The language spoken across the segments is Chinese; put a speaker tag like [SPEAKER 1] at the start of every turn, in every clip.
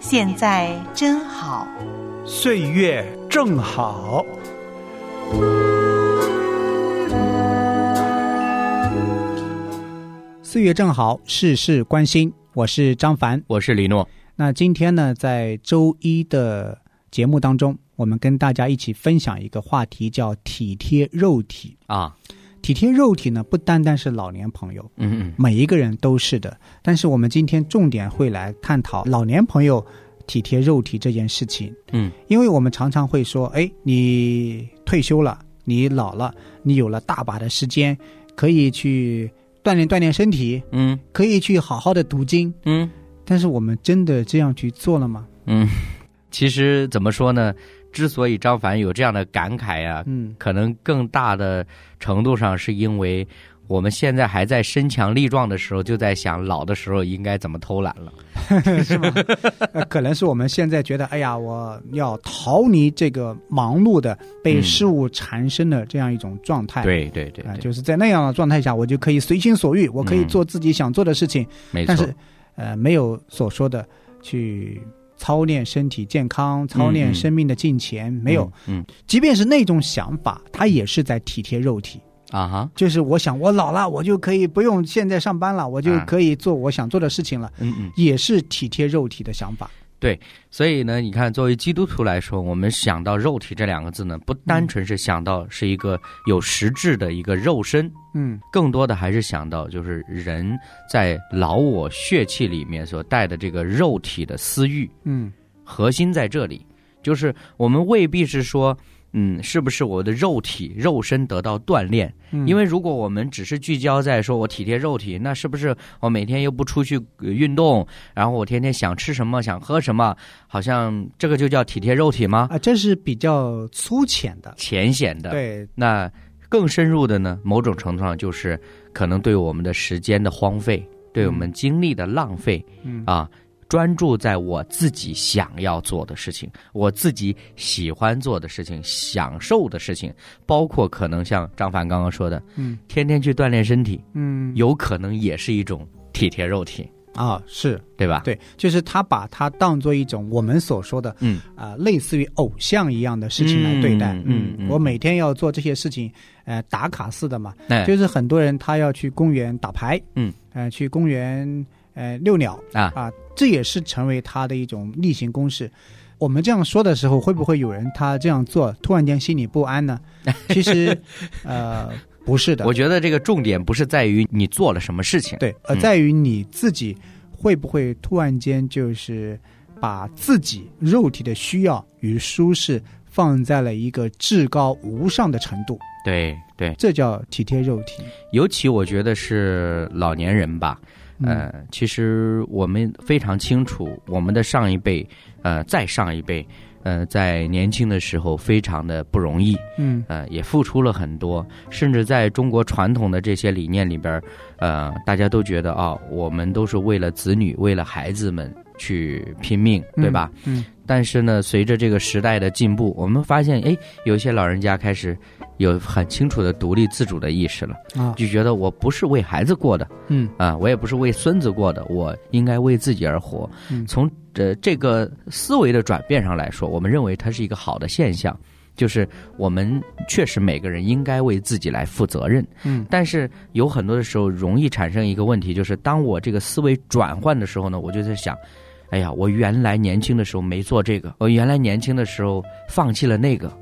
[SPEAKER 1] 现在真好。
[SPEAKER 2] 岁月正好。
[SPEAKER 3] 岁月正好，事事关心。我是张凡。
[SPEAKER 4] 我是李诺。
[SPEAKER 3] 那今天呢，在周一的节目当中，我们跟大家一起分享一个话题，叫体贴肉体。
[SPEAKER 4] 啊，
[SPEAKER 3] 体贴肉体呢，不单单是老年朋友，
[SPEAKER 4] 嗯嗯，
[SPEAKER 3] 每一个人都是的。但是我们今天重点会来探讨老年朋友体贴肉体这件事情。
[SPEAKER 4] 嗯，
[SPEAKER 3] 因为我们常常会说，哎，你退休了，你老了，你有了大把的时间，可以去锻炼锻炼身体，
[SPEAKER 4] 嗯
[SPEAKER 3] 可以去好好的读经。
[SPEAKER 4] 嗯
[SPEAKER 3] 但是我们真的这样去做了吗？
[SPEAKER 4] 嗯，其实怎么说呢？之所以张凡有这样的感慨呀、
[SPEAKER 3] 嗯，
[SPEAKER 4] 可能更大的程度上是因为我们现在还在身强力壮的时候，就在想老的时候应该怎么偷懒了。
[SPEAKER 3] 是吗？ 呃，可能是我们现在觉得，哎呀，我要逃离这个忙碌的、被
[SPEAKER 4] 嗯
[SPEAKER 3] 事物缠身的这样一种状态。。
[SPEAKER 4] 对对对
[SPEAKER 3] 啊、
[SPEAKER 4] 对，
[SPEAKER 3] 就是在那样的状态下，我就可以随心所欲，我可以
[SPEAKER 4] 嗯
[SPEAKER 3] 做自己想做的事情，
[SPEAKER 4] 没错
[SPEAKER 3] 但。是，呃，没有所说的去操练身体健康、操练生命的进前，没有。
[SPEAKER 4] 嗯，嗯
[SPEAKER 3] 即便是那种想法，它也是在体贴肉体。
[SPEAKER 4] 啊哈，
[SPEAKER 3] 就是我想，我老了，我就可以不用现在上班了，我就
[SPEAKER 4] 啊
[SPEAKER 3] 可以做我想做的事情了，
[SPEAKER 4] 嗯嗯。
[SPEAKER 3] 也是体贴肉体的想法。
[SPEAKER 4] 所以呢，你看，作为基督徒来说，我们想到肉体这两个字呢，不单纯是想到是一个有实质的一个肉身，
[SPEAKER 3] 嗯
[SPEAKER 4] 更多的还是想到就是人在老我血气里面所带的这个肉体的私欲，
[SPEAKER 3] 嗯
[SPEAKER 4] 核心在这里，就是我们未必是说。嗯，是不是我的肉体肉身得到锻炼？
[SPEAKER 3] 嗯，
[SPEAKER 4] 因为如果我们只是聚焦在说我体贴肉体，那是不是我每天又不出去呃运动，然后我天天想吃什么想喝什么，好像这个就叫体贴肉体吗？
[SPEAKER 3] 啊，这是比较粗浅的，
[SPEAKER 4] 浅显的，
[SPEAKER 3] 对，
[SPEAKER 4] 那更深入的呢，某种程度上就是可能对我们的时间的荒废，对我们精力的浪费
[SPEAKER 3] 嗯
[SPEAKER 4] 啊，专注在我自己想要做的事情，我自己喜欢做的事情，享受的事情，包括可能像张凡刚刚说的，
[SPEAKER 3] 嗯
[SPEAKER 4] 天天去锻炼身体，
[SPEAKER 3] 嗯，
[SPEAKER 4] 有可能也是一种体贴肉体，
[SPEAKER 3] 啊，是
[SPEAKER 4] 对吧？，
[SPEAKER 3] 对，就是他把它当做一种我们所说的
[SPEAKER 4] 嗯
[SPEAKER 3] 啊、类似于偶像一样的事情来对待。
[SPEAKER 4] 嗯嗯嗯
[SPEAKER 3] 我每天要做这些事情，呃，打卡似的嘛。
[SPEAKER 4] 哎，
[SPEAKER 3] 就是很多人他要去公园打牌，
[SPEAKER 4] 嗯，
[SPEAKER 3] 呃，去公园呃遛鸟
[SPEAKER 4] 啊
[SPEAKER 3] 啊，这也是成为他的一种例行公事。我们这样说的时候，会不会有人他这样做，突然间心里不安呢？其实，呃，不是的，
[SPEAKER 4] 我觉得这个重点不是在于你做了什么事情，
[SPEAKER 3] 对，而
[SPEAKER 4] 嗯
[SPEAKER 3] 在于你自己会不会突然间就是把自己肉体的需要与舒适放在了一个至高无上的程度，
[SPEAKER 4] 对对，
[SPEAKER 3] 这叫体贴肉体。
[SPEAKER 4] 尤其我觉得是老年人吧，
[SPEAKER 3] 嗯
[SPEAKER 4] 呃，其实我们非常清楚，我们的上一辈，呃，再上一辈，呃，在年轻的时候非常的不容易，
[SPEAKER 3] 嗯
[SPEAKER 4] 呃，也付出了很多，甚至在中国传统的这些理念里边儿，呃，大家都觉得啊、我们都是为了子女，为了孩子们去拼命，对吧？？
[SPEAKER 3] 嗯，
[SPEAKER 4] 但是呢，随着这个时代的进步，我们发现，哎，有一些老人家开始有很清楚的独立自主的意识了，
[SPEAKER 3] 嗯啊，
[SPEAKER 4] 就觉得我不是为孩子过的。
[SPEAKER 3] 嗯
[SPEAKER 4] 啊，我也不是为孙子过的，我应该为自己而活。
[SPEAKER 3] 嗯
[SPEAKER 4] 从呃这个思维的转变上来说，我们认为它是一个好的现象，就是我们确实每个人应该为自己来负责任。
[SPEAKER 3] 嗯
[SPEAKER 4] 但是有很多的时候容易产生一个问题，就是当我这个思维转换的时候呢，我就在想。哎呀，我原来年轻的时候没做这个，我原来年轻的时候放弃了那个，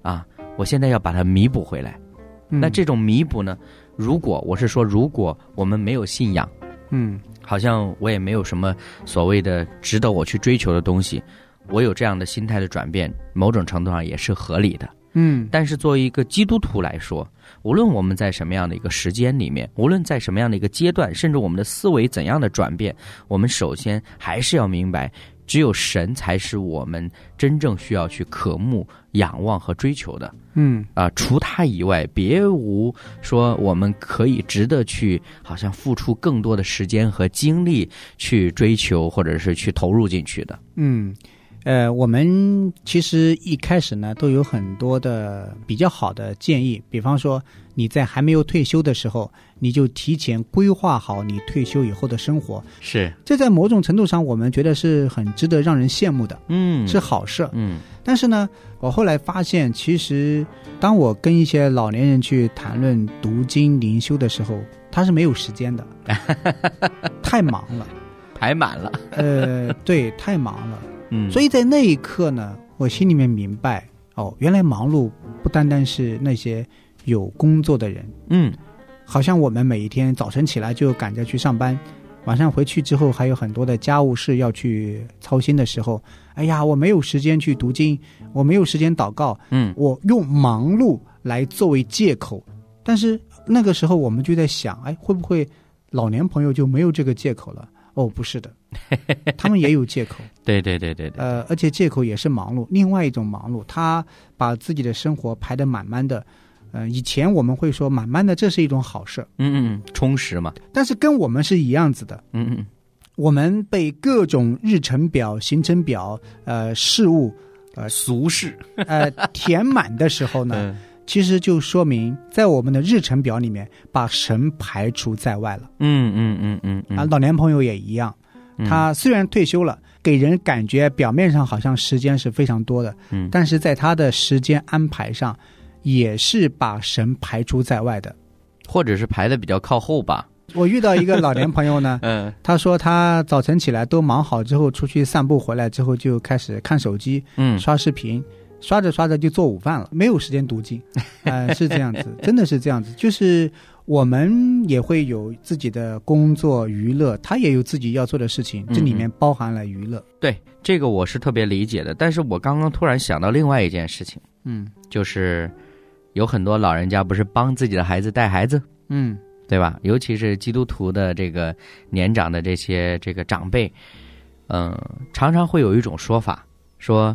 [SPEAKER 4] 啊，我现在要把它弥补回来。
[SPEAKER 3] 嗯，
[SPEAKER 4] 那这种弥补呢，如果我是说，如果我们没有信仰，
[SPEAKER 3] 嗯
[SPEAKER 4] 好像我也没有什么所谓的值得我去追求的东西，我有这样的心态的转变，某种程度上也是合理的。
[SPEAKER 3] 嗯
[SPEAKER 4] 但是作为一个基督徒来说，无论我们在什么样的一个时间里面，无论在什么样的一个阶段，甚至我们的思维怎样的转变，我们首先还是要明白，只有神才是我们真正需要去渴慕、仰望和追求的
[SPEAKER 3] 嗯
[SPEAKER 4] 啊、除他以外，别无说我们可以值得去，好像付出更多的时间和精力去追求，或者是去投入进去的。
[SPEAKER 3] 嗯，呃，我们其实一开始呢都有很多的比较好的建议，比方说你在还没有退休的时候，你就提前规划好你退休以后的生活，
[SPEAKER 4] 是，
[SPEAKER 3] 这在某种程度上我们觉得是很值得让人羡慕的，
[SPEAKER 4] 嗯，
[SPEAKER 3] 是，好事。
[SPEAKER 4] 嗯，
[SPEAKER 3] 但是呢，我后来发现，其实当我跟一些老年人去谈论读经灵修的时候，他是没有时间 的，太忙了。
[SPEAKER 4] 排满了，
[SPEAKER 3] 呃，对，太忙了。
[SPEAKER 4] 嗯，
[SPEAKER 3] 所
[SPEAKER 4] 以，
[SPEAKER 3] 以在那一刻呢，我心里面明白，哦，原来忙碌不单单是那些有工作的人，
[SPEAKER 4] 嗯，
[SPEAKER 3] 好像我们每一天早晨起来就赶着去上班，晚上回去之后还有很多的家务事要去操心的时候，哎呀，我没有时间去读经，我没有时间祷告，
[SPEAKER 4] 嗯，
[SPEAKER 3] 我用忙碌来作为借口。但是那个时候我们就在想，哎，会不会老年朋友就没有这个借口了？哦，不是 的，他们也有借口。
[SPEAKER 4] 对对对对对，
[SPEAKER 3] 呃，而且借口也是忙碌，另外一种忙碌，他把自己的生活排得满满的。呃，以前我们会说满满的这是一种好事，
[SPEAKER 4] 嗯嗯，充实嘛，
[SPEAKER 3] 但是跟我们是一样子的，
[SPEAKER 4] 嗯嗯，
[SPEAKER 3] 我们被各种日程表、行程表、呃事 物
[SPEAKER 4] 俗世，
[SPEAKER 3] 呃填满的时候呢，
[SPEAKER 4] 嗯
[SPEAKER 3] 其实就说明在我们的日程表里面把神排除在外了。
[SPEAKER 4] 嗯嗯嗯嗯嗯，
[SPEAKER 3] 啊，老年朋友也一样，
[SPEAKER 4] 嗯
[SPEAKER 3] 他虽然退休了，给人感觉表面上好像时间是非常多的，
[SPEAKER 4] 嗯
[SPEAKER 3] 但是在他的时间安排上，也是把神排除在外的。
[SPEAKER 4] 或者是排的比较靠后吧，，
[SPEAKER 3] 我遇到一个老年朋友呢
[SPEAKER 4] 嗯
[SPEAKER 3] 他说他早晨起来都忙好之后，出去散步回来之后就开始看手机、
[SPEAKER 4] 嗯，
[SPEAKER 3] 刷视频，刷着刷着就做午饭了，没有时间读经， 呃，是这样子，真的是这样子，就是。我们也会有自己的工作娱乐，他也有自己要做的事情，这里面包含了娱乐。
[SPEAKER 4] 对，这个我是特别理解的，但是我刚刚突然想到另外一件事情，
[SPEAKER 3] 嗯
[SPEAKER 4] 就是有很多老人家不是帮自己的孩子带孩子，
[SPEAKER 3] 嗯
[SPEAKER 4] 对吧？尤其是基督徒的这个年长的这些这个长辈，嗯，常常会有一种说法，说，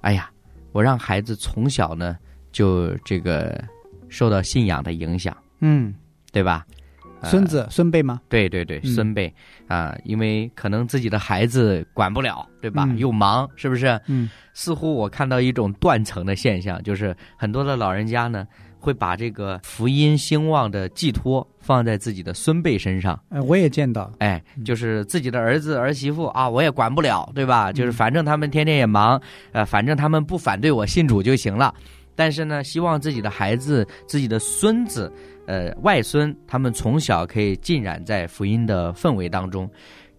[SPEAKER 4] 哎呀，我让孩子从小呢就这个受到信仰的影响，
[SPEAKER 3] 嗯，
[SPEAKER 4] 对吧？呃
[SPEAKER 3] 孙子、孙辈吗？
[SPEAKER 4] 对对对，
[SPEAKER 3] 嗯
[SPEAKER 4] 孙辈啊、因为可能自己的孩子管不了，对吧？
[SPEAKER 3] 嗯
[SPEAKER 4] 又忙，是不是？
[SPEAKER 3] 嗯
[SPEAKER 4] 似乎我看到一种断层的现象，就是很多的老人家呢，会把这个福音兴旺的寄托放在自己的孙辈身上。
[SPEAKER 3] 呃，我也见到，
[SPEAKER 4] 哎，
[SPEAKER 3] 嗯
[SPEAKER 4] 就是自己的儿子儿媳妇啊，我也管不了，对吧？就是
[SPEAKER 3] 嗯
[SPEAKER 4] 反正他们天天也忙，呃，反正他们不反对我信主就行了。但是呢，希望自己的孩子、自己的孙子、呃外孙，他们从小可以浸染在福音的氛围当中。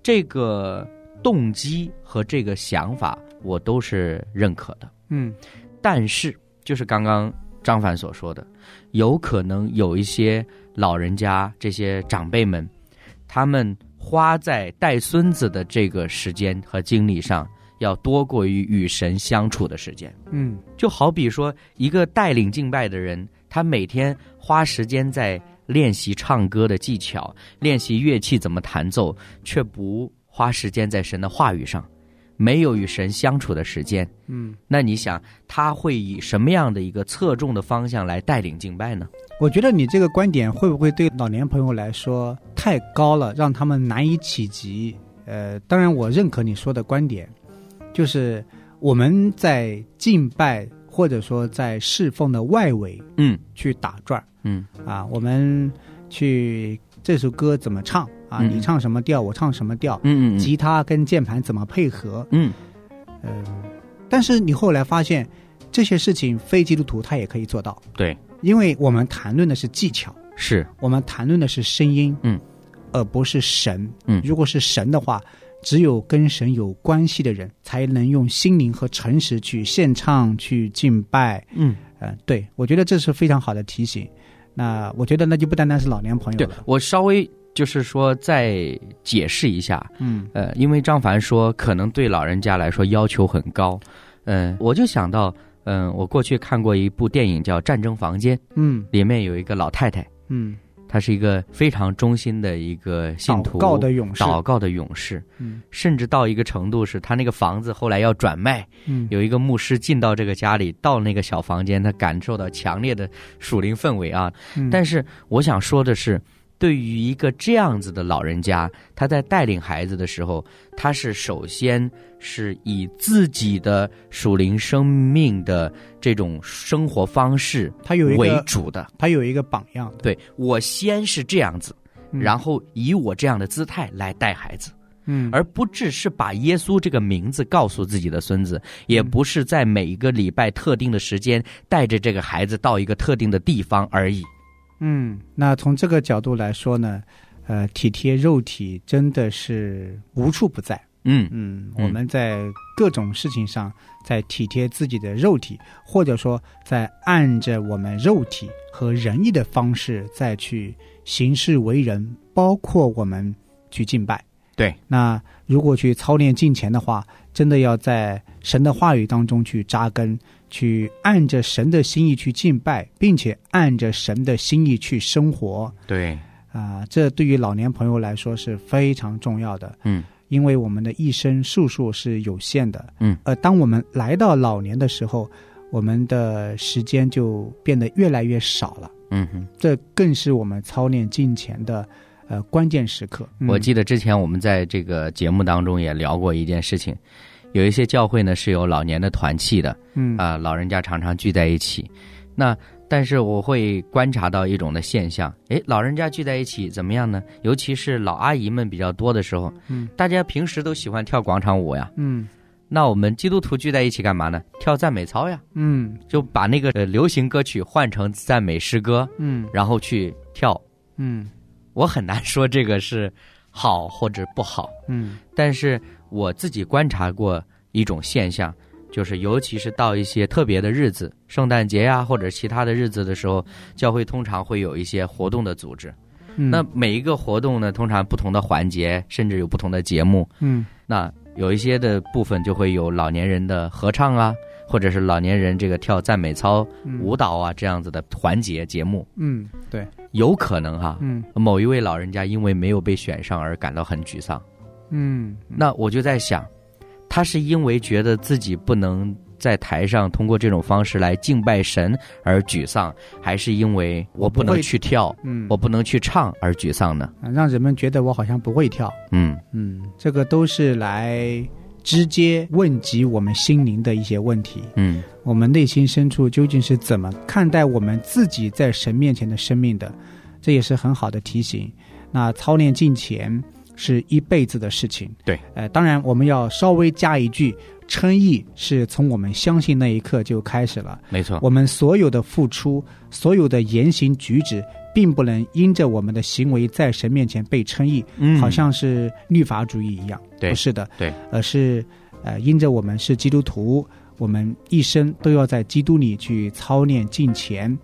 [SPEAKER 4] 这个动机和这个想法，我都是认可的。
[SPEAKER 3] 嗯
[SPEAKER 4] 但是，就是刚刚张凡所说的，有可能有一些老人家、这些长辈们，他们花在带孙子的这个时间和精力上，要多过于与神相处的时间。
[SPEAKER 3] 嗯
[SPEAKER 4] 就好比说，一个带领敬拜的人，他每天花时间在练习唱歌的技巧，练习乐器怎么弹奏，却不花时间在神的话语上，没有与神相处的时间。
[SPEAKER 3] 嗯，
[SPEAKER 4] 那你想，他会以什么样的一个侧重的方向来带领敬拜呢？
[SPEAKER 3] 我觉得你这个观点会不会对老年朋友来说太高了，让他们难以企及？呃，当然我认可你说的观点，就是我们在敬拜或者说在侍奉的外围
[SPEAKER 4] 嗯
[SPEAKER 3] 去打转儿
[SPEAKER 4] 嗯
[SPEAKER 3] 啊，我们去这首歌怎么唱啊，
[SPEAKER 4] 嗯
[SPEAKER 3] 你唱什么调，我唱什么调，
[SPEAKER 4] 嗯嗯
[SPEAKER 3] 吉他跟键盘怎么配合，
[SPEAKER 4] 嗯，
[SPEAKER 3] 嗯，但是你后来发现，这些事情非基督徒他也可以做到，
[SPEAKER 4] 对，
[SPEAKER 3] 因为我们谈论的是技巧，
[SPEAKER 4] 是
[SPEAKER 3] 我们谈论的是声音，
[SPEAKER 4] 嗯，
[SPEAKER 3] 而不是神，
[SPEAKER 4] 嗯
[SPEAKER 3] 如果是神的话，只有跟神有关系的人才能用心灵和诚实去献唱、去敬拜。
[SPEAKER 4] 嗯，
[SPEAKER 3] 呃，对我觉得这是非常好的提醒。那我觉得那就不单单是老年朋友
[SPEAKER 4] 对
[SPEAKER 3] 了，
[SPEAKER 4] 我稍微就是说再解释一下，
[SPEAKER 3] 嗯
[SPEAKER 4] 呃，因为张凡说可能对老人家来说要求很高，嗯、我就想到，嗯、我过去看过一部电影叫《战争房间》，
[SPEAKER 3] 嗯
[SPEAKER 4] 里面有一个老太太，
[SPEAKER 3] 嗯
[SPEAKER 4] 他是一个非常忠心的一个信
[SPEAKER 3] 祷
[SPEAKER 4] 徒，
[SPEAKER 3] 告的勇士，
[SPEAKER 4] 祷告的勇士，
[SPEAKER 3] 嗯
[SPEAKER 4] 甚至到一个程度是，他那个房子后来要转卖，
[SPEAKER 3] 嗯，
[SPEAKER 4] 有一个牧师进到这个家里，到那个小房间，他感受到强烈的属灵氛围啊。
[SPEAKER 3] 嗯
[SPEAKER 4] 但是我想说的是，对于一个这样子的老人家，他在带领孩子的时候，他是首先是以自己的属灵生命的这种生活方式
[SPEAKER 3] 他有一
[SPEAKER 4] 为
[SPEAKER 3] 个
[SPEAKER 4] 主的。
[SPEAKER 3] 他有一个榜样的，
[SPEAKER 4] 对我先是这样子，
[SPEAKER 3] 嗯
[SPEAKER 4] 然后以我这样的姿态来带孩子。
[SPEAKER 3] 嗯
[SPEAKER 4] 而不只是把耶稣这个名字告诉自己的孙
[SPEAKER 3] 嗯
[SPEAKER 4] 子，也不是在每一个礼拜特定的时间带着这个孩子到一个特定的地方而已。
[SPEAKER 3] 嗯，那从这个角度来说呢，呃，体贴肉体真的是无处不在。
[SPEAKER 4] 嗯，
[SPEAKER 3] 嗯，
[SPEAKER 4] 嗯
[SPEAKER 3] 我们在各种事情上，在体贴自己的肉体，或者说在按着我们肉体和仁义的方式再去行事为人，包括我们去敬拜。
[SPEAKER 4] 对，
[SPEAKER 3] 那如果去操练敬虔的话，真的要在神的话语当中去扎根，去按着神的心意去敬拜，并且按着神的心意去生活。
[SPEAKER 4] 对，
[SPEAKER 3] 啊、这对于老年朋友来说是非常重要的。
[SPEAKER 4] 嗯，
[SPEAKER 3] 因为我们的一生数数是有限的。
[SPEAKER 4] 嗯，
[SPEAKER 3] 呃，当我们来到老年的时候，我们的时间就变得越来越少了。
[SPEAKER 4] 嗯哼。
[SPEAKER 3] 这更是我们操练金钱的呃关键时刻。嗯
[SPEAKER 4] 我记得之前我们在这个节目当中也聊过一件事情，有一些教会呢是有老年的团契的，
[SPEAKER 3] 嗯
[SPEAKER 4] 啊、老人家常常聚在一起。那但是我会观察到一种的现象，诶，老人家聚在一起怎么样呢？尤其是老阿姨们比较多的时候，
[SPEAKER 3] 嗯，
[SPEAKER 4] 大家平时都喜欢跳广场舞呀，
[SPEAKER 3] 嗯
[SPEAKER 4] 那我们基督徒聚在一起干嘛呢？跳赞美操呀，
[SPEAKER 3] 嗯
[SPEAKER 4] 就把那个呃流行歌曲换成赞美诗歌，
[SPEAKER 3] 嗯
[SPEAKER 4] 然后去跳。
[SPEAKER 3] 嗯
[SPEAKER 4] 我很难说这个是好或者不好，
[SPEAKER 3] 嗯
[SPEAKER 4] 但是我自己观察过一种现象，就是尤其是到一些特别的日子，圣诞节呀、或者其他的日子的时候，教会通常会有一些活动的组织。
[SPEAKER 3] 嗯，
[SPEAKER 4] 那每一个活动呢，通常不同的环节，甚至有不同的节目，
[SPEAKER 3] 嗯
[SPEAKER 4] 那有一些的部分就会有老年人的合唱啊，或者是老年人这个跳赞美操、
[SPEAKER 3] 嗯
[SPEAKER 4] 舞蹈啊这样子的环节节目，
[SPEAKER 3] 嗯对
[SPEAKER 4] 有可能哈、
[SPEAKER 3] 嗯
[SPEAKER 4] 某一位老人家因为没有被选上而感到很沮丧。
[SPEAKER 3] 嗯
[SPEAKER 4] 那我就在想，他是因为觉得自己不能在台上通过这种方式来敬拜神而沮丧，还是因为我不
[SPEAKER 3] 我不
[SPEAKER 4] 能
[SPEAKER 3] 会
[SPEAKER 4] 去跳，
[SPEAKER 3] 嗯
[SPEAKER 4] 我不能去唱而沮丧呢？
[SPEAKER 3] 啊让人们觉得我好像不会跳。
[SPEAKER 4] 嗯
[SPEAKER 3] 嗯，这个都是来直接问及我们心灵的一些问题。
[SPEAKER 4] 嗯
[SPEAKER 3] 我们内心深处究竟是怎么看待我们自己在神面前的生命的，这也是很好的提醒。那操练敬虔是一辈子的事情。
[SPEAKER 4] 对，
[SPEAKER 3] 呃，当然我们要稍微加一句，称义是从我们相信那一刻就开始了。
[SPEAKER 4] 没错，
[SPEAKER 3] 我们所有的付出，所有的言行举止，并不能因着我们的行为在神面前被称义，
[SPEAKER 4] 嗯
[SPEAKER 3] 好像是律法主义一样。
[SPEAKER 4] 对
[SPEAKER 3] 不是的，
[SPEAKER 4] 对，
[SPEAKER 3] 而是呃，因着我们是基督徒，我们一生都要在基督里去操练敬虔，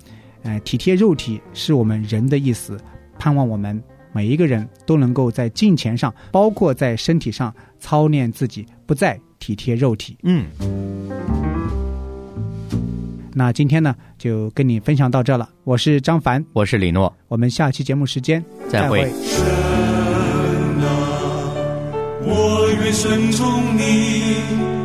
[SPEAKER 3] 呃，体贴肉体是我们人的意思，盼望我们每一个人都能够在敬虔上，包括在身体上操练自己，不再体贴肉体。
[SPEAKER 4] 嗯，
[SPEAKER 3] 那今天呢，就跟你分享到这了。我是张凡，
[SPEAKER 4] 我是李诺，
[SPEAKER 3] 我们下期节目时间
[SPEAKER 4] 再
[SPEAKER 3] 会
[SPEAKER 4] 会。
[SPEAKER 5] 我愿顺从你，